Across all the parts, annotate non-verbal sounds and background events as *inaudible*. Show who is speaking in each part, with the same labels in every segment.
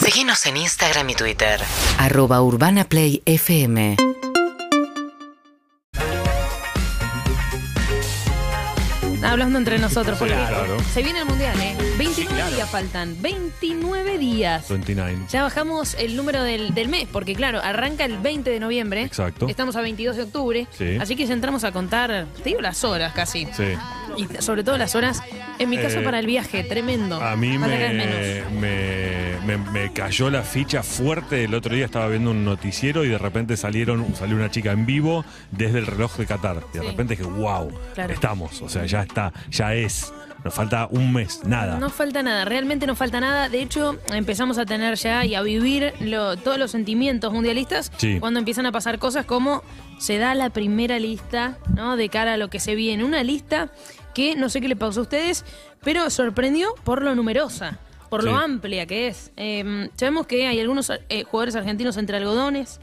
Speaker 1: Seguinos en Instagram y Twitter.
Speaker 2: Arroba Urbana Play FM.
Speaker 3: Hablando entre nosotros, porque
Speaker 4: Claro.
Speaker 3: se viene el mundial, ¿eh? 29
Speaker 4: claro.
Speaker 3: días faltan. 29 días.
Speaker 4: 29.
Speaker 3: Ya bajamos el número del, del mes, porque claro, arranca el 20 de noviembre.
Speaker 4: Exacto.
Speaker 3: Estamos a 22 de octubre.
Speaker 4: Sí.
Speaker 3: Así que ya entramos a contar, te digo, las horas casi.
Speaker 4: Sí.
Speaker 3: Y sobre todo las horas, en mi caso,
Speaker 4: Eh,
Speaker 3: para el viaje, tremendo.
Speaker 4: A mí
Speaker 3: Faltan
Speaker 4: me,
Speaker 3: al menos.
Speaker 4: me, me- me cayó la ficha fuerte. El otro día estaba viendo un noticiero y de repente salieron, salió una chica en vivo desde el reloj de Qatar. Y de
Speaker 3: Sí.
Speaker 4: repente dije, wow,
Speaker 3: Claro.
Speaker 4: estamos. O sea, ya está, ya es. Nos falta un mes, nada.
Speaker 3: No falta nada, realmente no falta nada. De hecho, empezamos a tener ya y a vivir lo- todos los sentimientos mundialistas
Speaker 4: Sí.
Speaker 3: cuando empiezan a pasar cosas como se da la primera lista, ¿no? De cara a lo que se viene. Una lista que no sé qué le pasó a ustedes, pero sorprendió por lo numerosa, por lo
Speaker 4: Sí.
Speaker 3: amplia que es. Eh, sabemos que hay algunos eh, jugadores argentinos entre algodones.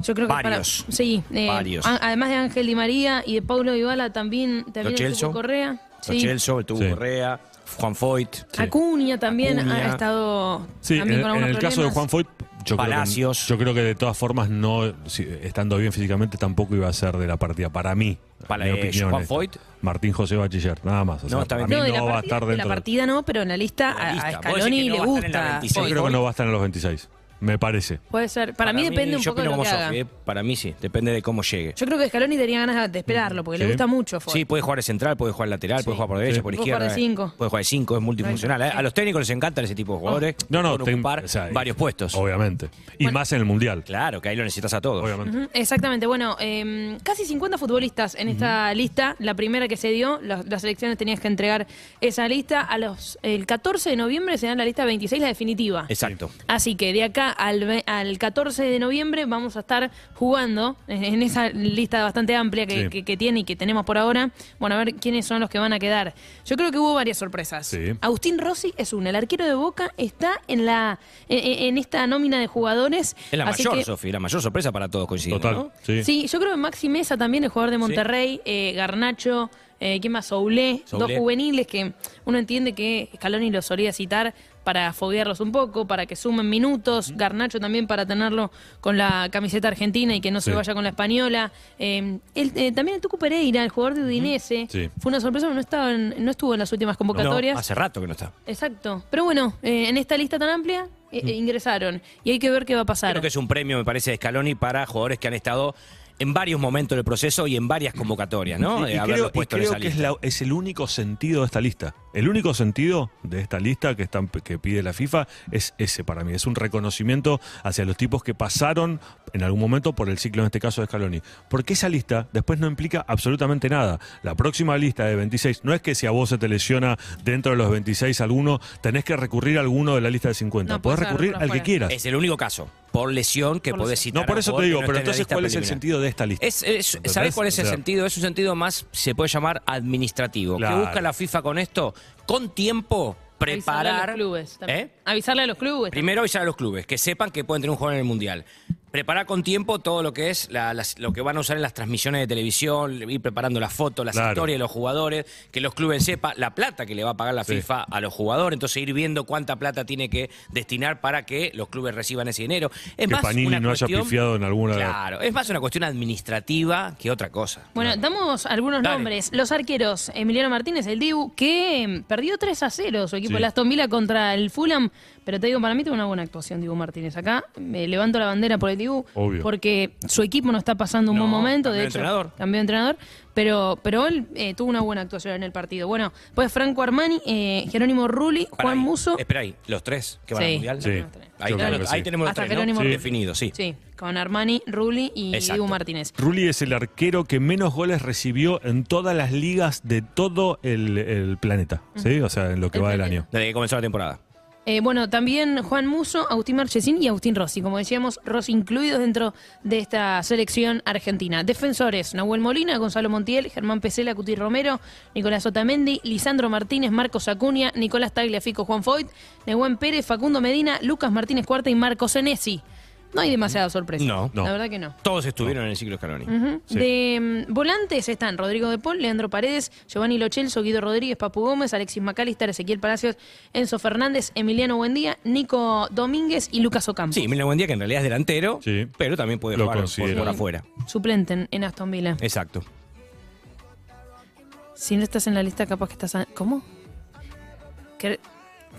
Speaker 3: Yo creo que para-
Speaker 5: Varios.
Speaker 3: sí, eh,
Speaker 5: Varios.
Speaker 3: a- además de Ángel Di María y de Paulo Dybala también también el
Speaker 5: Lochelso.
Speaker 3: Tucu Correa. Sí. Ah,
Speaker 5: Ochelso, el tubo
Speaker 4: Sí.
Speaker 5: Correa, Juan Foyt,
Speaker 3: Acuña también
Speaker 5: Acuña.
Speaker 3: ha estado
Speaker 4: Sí, en,
Speaker 3: también con
Speaker 4: en
Speaker 3: algunos
Speaker 4: el caso de
Speaker 3: problemas.
Speaker 4: Juan Foyt, yo,
Speaker 5: Palacios.
Speaker 4: Creo que, yo creo que de todas formas, no si- estando bien físicamente, tampoco iba a ser de la partida. Para mí,
Speaker 5: Para-
Speaker 4: mi
Speaker 5: eh,
Speaker 4: opinión,
Speaker 5: Juan
Speaker 4: esta.
Speaker 5: Foyt.
Speaker 4: Martín José Bachiller, nada más. O sea,
Speaker 5: No, está
Speaker 4: para
Speaker 5: bien.
Speaker 4: mí
Speaker 3: No, de la
Speaker 4: no, va a
Speaker 3: partida,
Speaker 4: estar
Speaker 3: de la
Speaker 4: dentro.
Speaker 3: partida no, pero en la lista,
Speaker 5: La
Speaker 3: a-
Speaker 5: lista.
Speaker 3: a,
Speaker 5: Vos decís
Speaker 3: Scaloni
Speaker 5: que no
Speaker 3: le
Speaker 5: va a estar en la
Speaker 3: gusta.
Speaker 5: 26.
Speaker 4: Yo
Speaker 3: Foyt.
Speaker 4: creo que no va a estar en los 26, me parece.
Speaker 3: Puede ser. Para, mí, depende un
Speaker 5: yo
Speaker 3: poco de
Speaker 5: opino
Speaker 3: lo que
Speaker 5: como
Speaker 3: haga.
Speaker 5: Sofi, eh, Para mí sí, depende de cómo llegue.
Speaker 3: Yo creo que Scaloni tenía ganas de esperarlo porque le
Speaker 4: Sí.
Speaker 3: gusta mucho a Foyt.
Speaker 5: Sí, puede jugar de central, puede jugar lateral, puede jugar por derecha,
Speaker 4: Sí.
Speaker 5: por
Speaker 3: Puede
Speaker 5: izquierda.
Speaker 3: jugar de
Speaker 5: eh.
Speaker 3: cinco.
Speaker 5: Puede jugar de cinco, es multifuncional. eh. A los técnicos les encantan ese tipo de jugadores.
Speaker 4: Ah. No, no,
Speaker 5: pueden
Speaker 4: ten-
Speaker 5: ocupar
Speaker 4: o sea,
Speaker 5: varios puestos.
Speaker 4: Obviamente. Y más en el Mundial.
Speaker 5: Claro, que ahí lo necesitas a todos.
Speaker 4: Obviamente.
Speaker 3: Ujú, Exactamente, bueno, eh, casi 50 futbolistas en esta lista, la primera que se dio, las, las elecciones tenías que entregar esa lista, a los el 14 de noviembre se da la lista 26, la definitiva.
Speaker 5: Exacto.
Speaker 3: Así que de acá al, ve- al 14 de noviembre vamos a estar jugando en- en esa lista bastante amplia que,
Speaker 4: Sí.
Speaker 3: que- que tiene y que tenemos por ahora. Bueno, a ver quiénes son los que van a quedar. Yo creo que hubo varias sorpresas.
Speaker 4: Sí.
Speaker 3: Agustín Rossi es uno. El arquero de Boca está en la en, en esta nómina de jugadores.
Speaker 5: Es la
Speaker 3: Así
Speaker 5: mayor,
Speaker 3: que-
Speaker 5: Sofi, la mayor sorpresa para todos coincidimos,
Speaker 4: Total.
Speaker 5: ¿no?
Speaker 4: Sí.
Speaker 3: Sí, yo creo que Maxi Mesa también, el jugador de Monterrey, eh, Garnacho, eh, ¿quién más? Soule, dos
Speaker 5: Soule.
Speaker 3: juveniles que uno entiende que Scaloni los solía citar para foguearlos un poco, para que sumen minutos, Garnacho también para tenerlo con la camiseta argentina y que no se
Speaker 4: Sí.
Speaker 3: vaya con la española. Eh, el- eh, también el Tucu Pereira, el jugador de Udinese,
Speaker 4: Sí.
Speaker 3: fue una sorpresa, no, estaba en- no estuvo en las últimas convocatorias.
Speaker 5: No, hace rato que no está.
Speaker 3: Exacto, pero bueno, eh, en esta lista tan amplia eh, eh, ingresaron y hay que ver qué va a pasar.
Speaker 5: Creo que es un premio, me parece, de Scaloni para jugadores que han estado en varios momentos del proceso y en varias convocatorias, ¿no?
Speaker 4: Y-
Speaker 5: Eh,
Speaker 4: y
Speaker 5: haberlo
Speaker 4: creo, y
Speaker 5: puesto en
Speaker 4: creo
Speaker 5: esa
Speaker 4: que es,
Speaker 5: lista.
Speaker 4: la- es el único sentido de esta lista. El único sentido de esta lista que, están, que pide la FIFA es ese para mí. Es un reconocimiento hacia los tipos que pasaron en algún momento por el ciclo, en este caso de Scaloni. Porque esa lista después no implica absolutamente nada. La próxima lista de 26, no es que si a vos se te lesiona dentro de los 26 alguno, tenés que recurrir a alguno de la lista de 50.
Speaker 3: No,
Speaker 4: Podés
Speaker 3: puedes
Speaker 4: recurrir
Speaker 3: agarrar
Speaker 4: al que
Speaker 3: fuera.
Speaker 4: quieras.
Speaker 5: Es el único caso. Por lesión que
Speaker 3: Por
Speaker 5: podés
Speaker 3: lesión.
Speaker 5: citar.
Speaker 4: no, por
Speaker 5: a
Speaker 4: eso te
Speaker 5: jugador que
Speaker 4: digo,
Speaker 5: no
Speaker 4: pero
Speaker 5: está en la
Speaker 4: entonces,
Speaker 5: lista
Speaker 4: ¿cuál es el
Speaker 5: preliminar.
Speaker 4: sentido de esta lista?
Speaker 5: Es, es-
Speaker 4: ¿Entendés?
Speaker 5: ¿Sabés cuál es
Speaker 4: O
Speaker 5: el
Speaker 4: sea,
Speaker 5: sentido? Es un sentido más, se puede llamar administrativo.
Speaker 4: Claro.
Speaker 5: ¿Qué busca la FIFA con esto? Con tiempo,
Speaker 3: Avisarle a
Speaker 5: preparar.
Speaker 3: los clubes. también.
Speaker 5: ¿Eh?
Speaker 3: Avisarle a los clubes.
Speaker 5: Primero avisar a los clubes, que sepan que pueden tener un jugador en el Mundial. Preparar con tiempo todo lo que es la- las- lo que van a usar en las transmisiones de televisión, ir preparando las fotos, las
Speaker 4: Claro.
Speaker 5: historias de los jugadores, que los clubes sepan la plata que le va a pagar la
Speaker 4: Sí.
Speaker 5: FIFA a los jugadores, entonces ir viendo cuánta plata tiene que destinar para que los clubes reciban ese dinero. Es
Speaker 4: Que
Speaker 5: más
Speaker 4: Panini
Speaker 5: una
Speaker 4: no haya
Speaker 5: cuestión-
Speaker 4: pifiado en alguna de las-
Speaker 5: Claro, es más una cuestión administrativa que otra cosa.
Speaker 3: Bueno, damos algunos
Speaker 5: Dale.
Speaker 3: nombres. Los arqueros, Emiliano Martínez, el Dibu, que mm, perdió 3 a 0 su equipo,
Speaker 4: Sí.
Speaker 3: el Aston Villa contra el Fulham. Pero te digo, para mí tuvo una buena actuación Dibu Martínez. Acá me levanto la bandera por el Dibu,
Speaker 4: Obvio.
Speaker 3: porque su equipo no está pasando un
Speaker 5: No,
Speaker 3: buen momento. De
Speaker 5: cambió de
Speaker 3: hecho,
Speaker 5: entrenador.
Speaker 3: cambió de entrenador. Pero, pero él eh, tuvo una buena actuación en el partido. Bueno, pues Franco Armani, eh, Jerónimo Rulli,
Speaker 5: Pará
Speaker 3: Juan
Speaker 5: ahí,
Speaker 3: Muso.
Speaker 5: Espera ahí, los tres que van
Speaker 3: Sí.
Speaker 5: al Mundial.
Speaker 4: Sí,
Speaker 5: Ahí,
Speaker 4: yo creo
Speaker 5: ahí
Speaker 4: que sí.
Speaker 5: tenemos los
Speaker 3: Hasta
Speaker 5: tres, ¿no?
Speaker 3: Jerónimo.
Speaker 4: Sí.
Speaker 5: Definidos, sí.
Speaker 3: Sí, con Armani, Rulli y
Speaker 5: Exacto.
Speaker 3: Dibu Martínez.
Speaker 4: Rulli es el arquero que menos goles recibió en todas las ligas de todo el, el planeta, ¿sí? O sea, en lo que
Speaker 3: El
Speaker 4: va del
Speaker 3: planeta.
Speaker 4: año.
Speaker 5: Desde que comenzó la temporada.
Speaker 3: Eh, bueno, también Juan Muso, Agustín Marchesín y Agustín Rossi. Como decíamos, Rossi incluidos dentro de esta selección argentina. Defensores, Nahuel Molina, Gonzalo Montiel, Germán Pesela, Cuti Romero, Nicolás Otamendi, Lisandro Martínez, Marcos Acuña, Nicolás Tagliafico, Juan Foyt, Nehuen Pérez, Facundo Medina, Lucas Martínez Cuarta y Marcos Senesi. No hay demasiada sorpresa.
Speaker 5: No.
Speaker 4: No.
Speaker 3: La verdad que no.
Speaker 5: Todos
Speaker 4: Ah.
Speaker 5: estuvieron en el ciclo Scaloni.
Speaker 3: Ujú.
Speaker 4: Sí.
Speaker 3: De mm, volantes están Rodrigo de Paul, Leandro Paredes, Giovanni Lochelso, Guido Rodríguez, Papu Gómez, Alexis Macalister, Ezequiel Palacios, Enzo Fernández, Emiliano Buendía, Nico Domínguez y Lucas Ocampo.
Speaker 5: Sí, Milan Buendía que en realidad es delantero,
Speaker 4: Sí.
Speaker 5: pero también puede
Speaker 4: Lo
Speaker 5: jugar por,
Speaker 4: considero.
Speaker 5: por afuera.
Speaker 3: Suplente en, en Aston Villa.
Speaker 4: Eh.
Speaker 5: Exacto.
Speaker 3: Si no estás en la lista, capaz que estás... a- ¿Cómo? ¿Quer-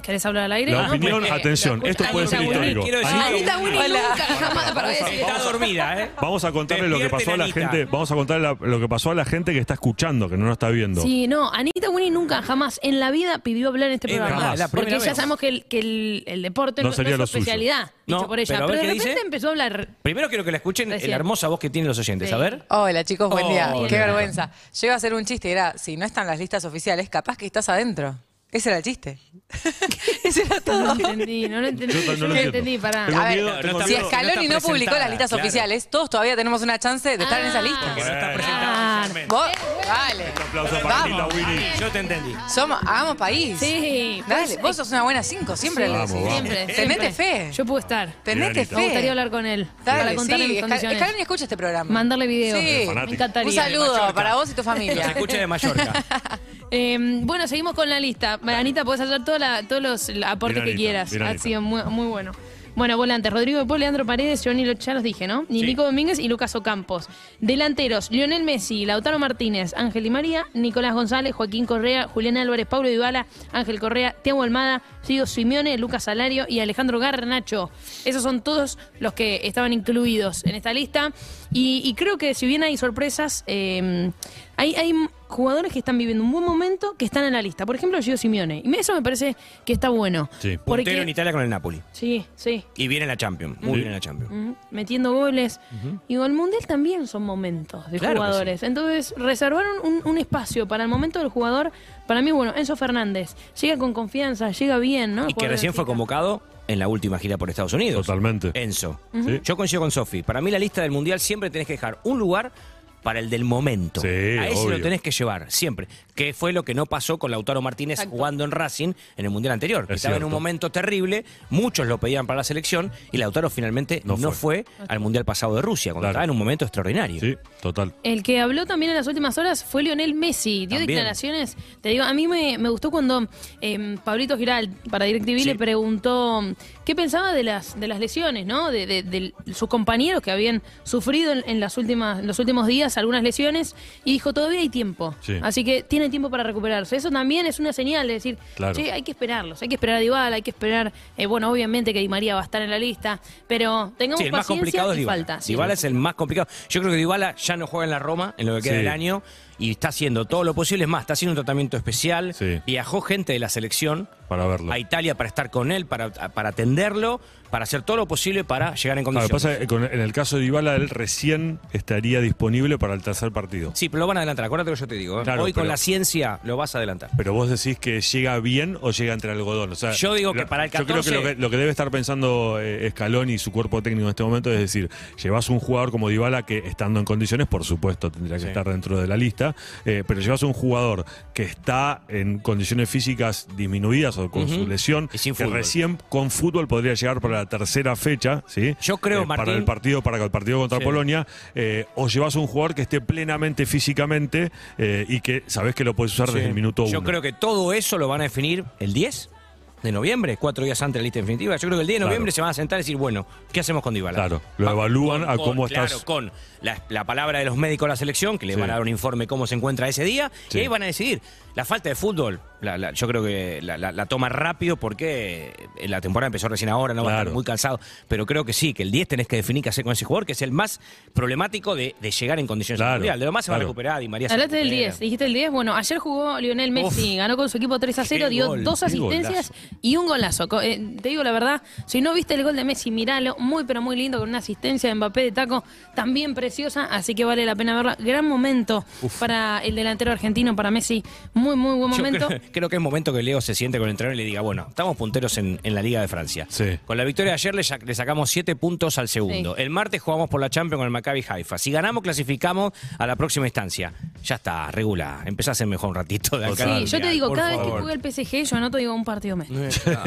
Speaker 3: ¿Querés hablar al aire?
Speaker 4: La
Speaker 3: No,
Speaker 4: opinión,
Speaker 3: porque-
Speaker 4: atención,
Speaker 3: la
Speaker 4: esto
Speaker 3: escucha- Anita
Speaker 4: puede ser
Speaker 3: Winnie.
Speaker 4: histórico.
Speaker 5: quiero decir-
Speaker 3: Anita Winnie nunca jamás para decir
Speaker 5: Está dormida, ¿eh?
Speaker 4: Vamos a contarle lo que pasó a la
Speaker 5: Despierten,
Speaker 4: gente,
Speaker 5: Anita.
Speaker 4: vamos a contarle la- lo que pasó a la gente que está escuchando, que no nos está viendo.
Speaker 3: Sí, no, Anita Winnie nunca, jamás en la vida pidió hablar en este
Speaker 5: Es
Speaker 3: programa.
Speaker 4: verdad, es la
Speaker 3: porque
Speaker 5: primera
Speaker 3: ya
Speaker 5: vez.
Speaker 3: sabemos que el, que el- el deporte
Speaker 4: No
Speaker 3: no, no
Speaker 4: sería
Speaker 3: es
Speaker 4: lo
Speaker 3: su
Speaker 4: suyo.
Speaker 3: especialilla, dicho
Speaker 5: No,
Speaker 3: por ella.
Speaker 5: pero
Speaker 3: Pero,
Speaker 5: a ver
Speaker 3: de
Speaker 5: qué
Speaker 3: repente
Speaker 5: dice.
Speaker 3: empezó a hablar.
Speaker 5: Primero quiero que la escuchen
Speaker 3: Recién.
Speaker 5: la hermosa voz que tienen los oyentes.
Speaker 3: Sí.
Speaker 5: A ver.
Speaker 6: Hola chicos, buen
Speaker 5: Oh,
Speaker 6: día.
Speaker 5: hola.
Speaker 6: Qué vergüenza. Yo iba a hacer un chiste, era, si no están las listas oficiales, capaz que estás adentro. Ese era el chiste. *laughs* Ese era
Speaker 3: *laughs* No lo
Speaker 6: todo.
Speaker 3: entendí, no lo entendí.
Speaker 4: Yo no lo
Speaker 3: no
Speaker 4: entiendo.
Speaker 3: entendí, pará.
Speaker 4: Tengo
Speaker 6: A ver,
Speaker 4: miedo,
Speaker 5: no,
Speaker 4: tengo
Speaker 5: no,
Speaker 6: Si
Speaker 4: miedo.
Speaker 5: es-
Speaker 6: Scaloni
Speaker 5: no
Speaker 6: no
Speaker 5: está
Speaker 6: publicó las listas
Speaker 5: presentada,
Speaker 6: oficiales, todos todavía tenemos una chance de estar en esas listas.
Speaker 5: Que no está
Speaker 4: Bueno.
Speaker 5: presentada oficialmente.
Speaker 6: Vos, vale.
Speaker 4: Aplauso para Anita
Speaker 6: Vamos.
Speaker 4: Winnie.
Speaker 5: Ah, Yo te entendí.
Speaker 6: Somos, hagamos país.
Speaker 3: Sí,
Speaker 6: Dale,
Speaker 3: pues,
Speaker 6: vos sos una buena cinco, siempre
Speaker 3: sí,
Speaker 6: lo
Speaker 4: Vamos,
Speaker 6: decís.
Speaker 4: vamos.
Speaker 3: siempre,
Speaker 6: Tenete
Speaker 3: siempre.
Speaker 6: fe.
Speaker 3: Yo puedo estar.
Speaker 6: Tenete
Speaker 4: Anita.
Speaker 6: fe.
Speaker 3: Me gustaría hablar con él para
Speaker 6: Dale,
Speaker 3: contarle
Speaker 6: sí,
Speaker 3: mis
Speaker 6: Escal-
Speaker 3: condiciones.
Speaker 6: Scaloni escucha este programa.
Speaker 3: Mandarle video.
Speaker 6: Sí.
Speaker 4: Fanático.
Speaker 3: Me
Speaker 6: Un
Speaker 3: encantaría.
Speaker 6: saludo
Speaker 5: Mallorca.
Speaker 6: para vos y
Speaker 3: *laughs*
Speaker 6: tu
Speaker 5: Nos
Speaker 6: familia.
Speaker 5: escucha de Mallorca.
Speaker 3: Eh, bueno, seguimos con la lista. Anita, podés hacer toda la- todos los aportes
Speaker 4: Bien,
Speaker 3: que
Speaker 4: Anita,
Speaker 3: quieras.
Speaker 4: bien,
Speaker 3: Ha
Speaker 4: Anita.
Speaker 3: sido muy, muy bueno. Bueno, volantes, Rodrigo de Paul, Leandro Paredes, Johnny Lo- ya los dije, ¿no? Y
Speaker 5: Sí.
Speaker 3: Nico Domínguez y Lucas Ocampos. Delanteros, Lionel Messi, Lautaro Martínez, Ángel y María, Nicolás González, Joaquín Correa, Julián Álvarez, Pablo Dybala, Ángel Correa, Tiago Almada, Sigo Simeone, Lucas Salario y Alejandro Garnacho. Esos son todos los que estaban incluidos en esta lista. Y, y creo que si bien hay sorpresas, eh, hay, hay jugadores que están viviendo un buen momento que están en la lista. Por ejemplo, Gio Simeone. Y eso me parece que está bueno.
Speaker 4: Sí.
Speaker 3: Porque-
Speaker 5: Puntero en Italia con el Napoli.
Speaker 3: Sí, sí.
Speaker 5: Y viene la Champions. Muy bien en la Champions.
Speaker 3: Ujú, metiendo goles. Y el Mundial también son momentos de
Speaker 5: Claro que
Speaker 3: jugadores. Entonces, reservaron un, un espacio para el momento del jugador. Para mí, bueno, Enzo Fernández llega con confianza, llega bien, ¿no? El
Speaker 5: Y que
Speaker 3: jugador
Speaker 5: recién fue
Speaker 3: Benfica.
Speaker 5: convocado en la última gira por Estados Unidos.
Speaker 4: Totalmente.
Speaker 5: Enzo.
Speaker 4: Sí.
Speaker 5: Yo coincido con Sofi. Para mí la lista del Mundial siempre tenés que dejar un lugar para el del momento.
Speaker 4: Sí,
Speaker 5: a ese
Speaker 4: obvio.
Speaker 5: lo tenés que llevar, siempre. Que fue lo que no pasó con Lautaro Martínez
Speaker 3: Exacto.
Speaker 5: jugando en Racing en el Mundial anterior. que
Speaker 4: Es
Speaker 5: estaba en
Speaker 4: cierto.
Speaker 5: un momento terrible, muchos lo pedían para la selección y Lautaro finalmente
Speaker 4: No
Speaker 5: no,
Speaker 4: fue.
Speaker 5: fue. al Mundial pasado de Rusia, cuando
Speaker 4: Claro.
Speaker 5: estaba en un momento extraordinario.
Speaker 4: Sí, total.
Speaker 3: El que habló también en las últimas horas fue Lionel Messi. Dio
Speaker 5: También.
Speaker 3: declaraciones. Te digo, a mí me, me gustó cuando eh, Pablito Giral, para DirecTV,
Speaker 5: Sí.
Speaker 3: le preguntó mm, qué pensaba de las, de las lesiones, ¿no? De, de- de sus compañeros que habían sufrido en, en las últimas, en los últimos días algunas lesiones. Y dijo, todavía hay tiempo.
Speaker 4: Sí.
Speaker 3: Así que tiene tiempo para recuperarse. Eso también es una señal de decir,
Speaker 4: Claro.
Speaker 3: "Che, hay que esperarlos. Hay que esperar a Dybala, hay que esperar. eh, bueno, obviamente que Di María va a estar en la lista, pero tengamos
Speaker 5: Sí, el más
Speaker 3: paciencia
Speaker 5: complicado es
Speaker 3: y
Speaker 5: Dybala.
Speaker 3: falta. Sí.
Speaker 5: Dybala es el más complicado. Yo creo que Dybala ya no juega en la Roma en lo que queda
Speaker 4: Sí.
Speaker 5: del año y está haciendo todo lo posible. Es más, está haciendo un tratamiento especial.
Speaker 4: Sí.
Speaker 5: Viajó gente de la selección
Speaker 4: Para verlo.
Speaker 5: a Italia para estar con él, para, para atenderlo, para hacer todo lo posible para llegar en
Speaker 4: Claro,
Speaker 5: condiciones.
Speaker 4: pasa Ah, que con- en el caso de Dybala, él recién estaría disponible para el tercer partido.
Speaker 5: Sí, pero lo van a adelantar. Acuérdate lo que yo te digo. ¿eh?
Speaker 4: Claro,
Speaker 5: Hoy con
Speaker 4: pero-
Speaker 5: la ciencia lo vas a adelantar.
Speaker 4: Pero vos decís que llega bien o llega entre algodón. O sea,
Speaker 5: Yo digo que
Speaker 4: lo-
Speaker 5: para el
Speaker 4: Yo creo que lo,
Speaker 5: 14
Speaker 4: que lo que debe estar pensando eh, Scaloni y su cuerpo técnico en este momento es decir, llevas un jugador como Dybala que estando en condiciones, por supuesto, tendría que
Speaker 5: Sí.
Speaker 4: estar dentro de la lista, eh, pero llevas un jugador que está en condiciones físicas disminuidas o con su
Speaker 5: Ujú.
Speaker 4: lesión,
Speaker 5: Y sin
Speaker 4: que
Speaker 5: fútbol.
Speaker 4: recién con fútbol podría llegar para la tercera fecha, ¿sí? Eh,
Speaker 5: Yo creo,
Speaker 4: para
Speaker 5: Martín-
Speaker 4: el partido para el partido contra
Speaker 5: Sí.
Speaker 4: Polonia, eh, o llevas un jugador que esté plenamente físicamente eh, y que sabés que lo puedes usar desde el minuto uno.
Speaker 5: Yo creo que todo eso lo van a definir el 10 de noviembre, cuatro días antes de la lista definitiva. Yo creo que el 10 de
Speaker 4: Claro.
Speaker 5: noviembre se van a sentar y decir, bueno, ¿qué hacemos con Dybala?
Speaker 4: Claro, lo
Speaker 5: Va-
Speaker 4: evalúan a cómo
Speaker 5: claro,
Speaker 4: estás-
Speaker 5: con la, la palabra de los médicos de la selección, que le
Speaker 4: Sí.
Speaker 5: van a dar un informe cómo se encuentra ese día,
Speaker 4: Sí.
Speaker 5: y ahí van a decidir. La falta de fútbol, la- la- yo creo que la, la- la toma rápido porque eh, la temporada empezó recién ahora, no va a
Speaker 4: Claro.
Speaker 5: estar muy cansado, pero creo que sí, que el 10 tenés que definir qué hacer con ese jugador, que es el más problemático de, de llegar en condiciones
Speaker 4: Claro,
Speaker 5: al mundial. De lo más se va a
Speaker 4: claro.
Speaker 5: recuperar, Di María se
Speaker 3: Hablaste del
Speaker 5: recupera.
Speaker 3: 10, dijiste el 10. Bueno, ayer jugó Lionel Messi,
Speaker 5: Uf,
Speaker 3: ganó con su equipo 3 a 0,
Speaker 5: qué
Speaker 3: dio
Speaker 5: gol,
Speaker 3: dos
Speaker 5: qué
Speaker 3: asistencias
Speaker 5: golazo.
Speaker 3: y un golazo. Co- eh, te digo la verdad, si no viste el gol de Messi, miralo, muy pero muy lindo, con una asistencia de Mbappé de taco también preciosa, así que vale la pena verla. Gran momento para el delantero argentino, para Messi, muy, muy buen
Speaker 5: Yo
Speaker 3: momento.
Speaker 5: *laughs* creo, creo que es momento que Leo se siente con el entrenador y le diga, bueno, estamos punteros en, en la Liga de Francia.
Speaker 4: Sí.
Speaker 5: Con la victoria de ayer le, sa- le sacamos siete puntos al segundo.
Speaker 3: Sí.
Speaker 5: El martes jugamos por la Champions con el Maccabi Haifa. Si ganamos, clasificamos a la próxima instancia. Ya está, regula. Empezás a ser mejor un ratito de acá.
Speaker 4: Total.
Speaker 5: al
Speaker 3: Sí, yo te
Speaker 5: Mundial,
Speaker 3: digo,
Speaker 5: por
Speaker 3: cada vez que
Speaker 5: favor.
Speaker 3: juega el PSG, yo anoto digo oh, un partido Messi.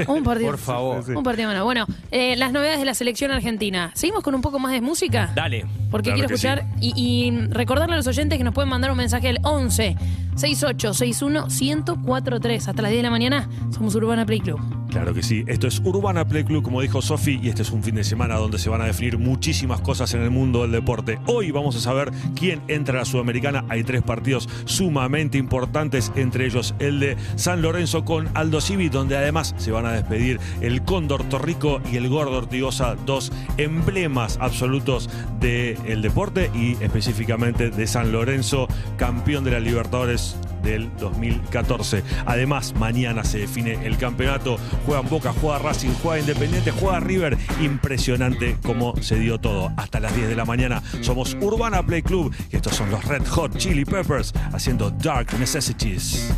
Speaker 3: Un partido.
Speaker 5: Por favor.
Speaker 3: Un partido menos. Bueno, eh, las novedades de la selección argentina. ¿Seguimos con un poco más de música?
Speaker 5: Dale.
Speaker 3: Porque quiero
Speaker 4: Claro que sí.
Speaker 3: escuchar y, y recordarle a los oyentes que nos pueden mandar un mensaje al 11 68 61 1043. Hasta las 10 de la mañana somos Urbana Play Club.
Speaker 4: Claro que sí. Esto es Urbana Play Club, como dijo Sofi, y este es un fin de semana donde se van a definir muchísimas cosas en el mundo del deporte. Hoy vamos a saber quién entra a la Sudamericana. Hay tres partidos sumamente importantes, entre ellos el de San Lorenzo con Aldo Civi, donde además se van a despedir el Cóndor Torrico y el Gordo Ortigosa, dos emblemas absolutos del deporte y específicamente de San Lorenzo, campeón de la Libertadores del 2014. Además, mañana se define el campeonato. Juegan Boca, juega Racing, juega Independiente, juega River. Impresionante cómo se dio todo. Hasta las 10 de la mañana somos Urbana Play Club y estos son los Red Hot Chili Peppers haciendo Dark Necessities.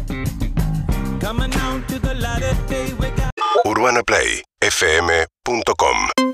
Speaker 7: UrbanaPlayFM.com